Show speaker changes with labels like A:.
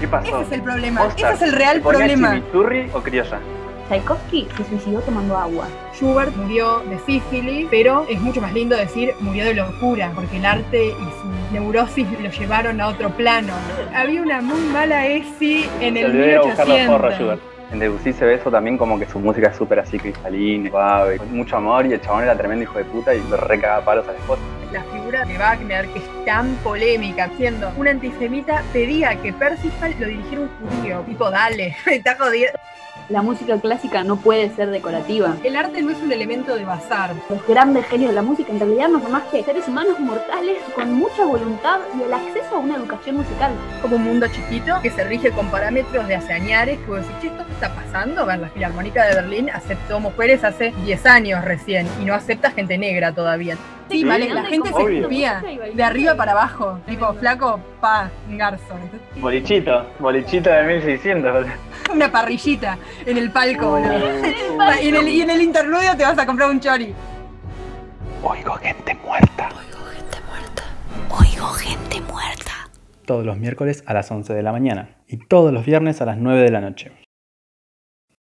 A: ¿Qué pasó?
B: Ese es el problema.
A: Mozart,
B: Ese es el real
A: ¿se ponía
B: problema.
A: chimichurri o criolla?
C: Tchaikovsky se suicidó tomando agua.
D: Schubert murió de sífilis, pero es mucho más lindo decir murió de locura, porque el arte y su neurosis lo llevaron a otro plano. Había una muy mala ESI en
A: Se
D: el
A: le iba a ir a buscar los porros,
D: 1800.
A: Schubert. En Debussy se ve eso también como que su música es súper así cristalina, suave, con mucho amor y el chabón era tremendo hijo de puta y lo recagaba palos a la esposa.
D: La figura de Wagner, que es tan polémica, siendo un antisemita, pedía que Parsifal lo dirigiera un judío. Tipo, dale, me está jodiendo.
C: La música clásica no puede ser decorativa.
D: El arte no es un elemento de bazar.
C: Los grandes genios de la música en realidad no son más que seres humanos mortales con mucha voluntad y el acceso a una educación musical.
D: como un mundo chiquito que se rige con parámetros de haceañares, que vos decís, "Che, esto está pasando, A ver, la Filarmónica de Berlín aceptó mujeres hace 10 años recién y no acepta gente negra todavía.
B: Sí, vale, la
C: Caminando y
B: gente se
C: como-
A: Obvio.
B: escupía de arriba para abajo. Tipo, flaco, pa, garzo.
A: Bolichito, bolichito de 1600.
B: Una parrillita en el palco, boludo.
C: palco.
B: Y en el, y en el interludio te vas a comprar un chori.
A: Oigo gente muerta.
E: Oigo gente muerta.
F: todos los miércoles a las 11 de la mañana y todos los viernes a las 9 de la noche.